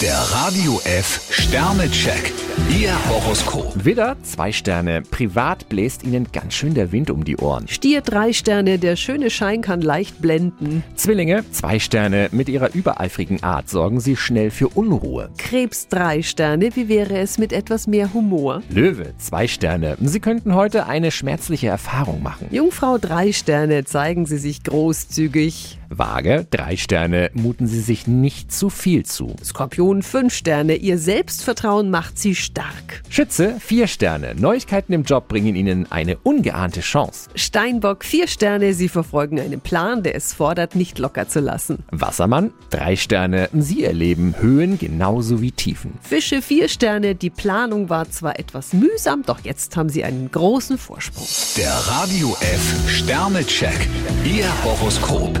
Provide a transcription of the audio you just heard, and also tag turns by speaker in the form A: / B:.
A: Der Radio F Sternecheck. Ihr Horoskop.
B: Widder, zwei Sterne. Privat bläst Ihnen ganz schön der Wind um die Ohren.
C: Stier drei Sterne, der schöne Schein kann leicht blenden.
B: Zwillinge, zwei Sterne. Mit Ihrer übereifrigen Art sorgen Sie schnell für Unruhe.
C: Krebs drei Sterne, wie wäre es mit etwas mehr Humor?
B: Löwe, zwei Sterne. Sie könnten heute eine schmerzliche Erfahrung machen.
C: Jungfrau drei Sterne, zeigen Sie sich großzügig.
B: Waage, drei Sterne. Muten Sie sich nicht zu viel zu.
C: Skorpion fünf Sterne, Ihr Selbstvertrauen macht Sie stark.
B: Schütze, vier Sterne. Neuigkeiten im Job bringen Ihnen eine ungeahnte Chance.
C: Steinbock vier Sterne, Sie verfolgen einen Plan, der es fordert, nicht locker zu lassen.
B: Wassermann, drei Sterne. Sie erleben Höhen genauso wie Tiefen.
C: Fische vier Sterne, die Planung war zwar etwas mühsam, doch jetzt haben Sie einen großen Vorsprung.
A: Der Radio F Sternecheck. Ihr Horoskop.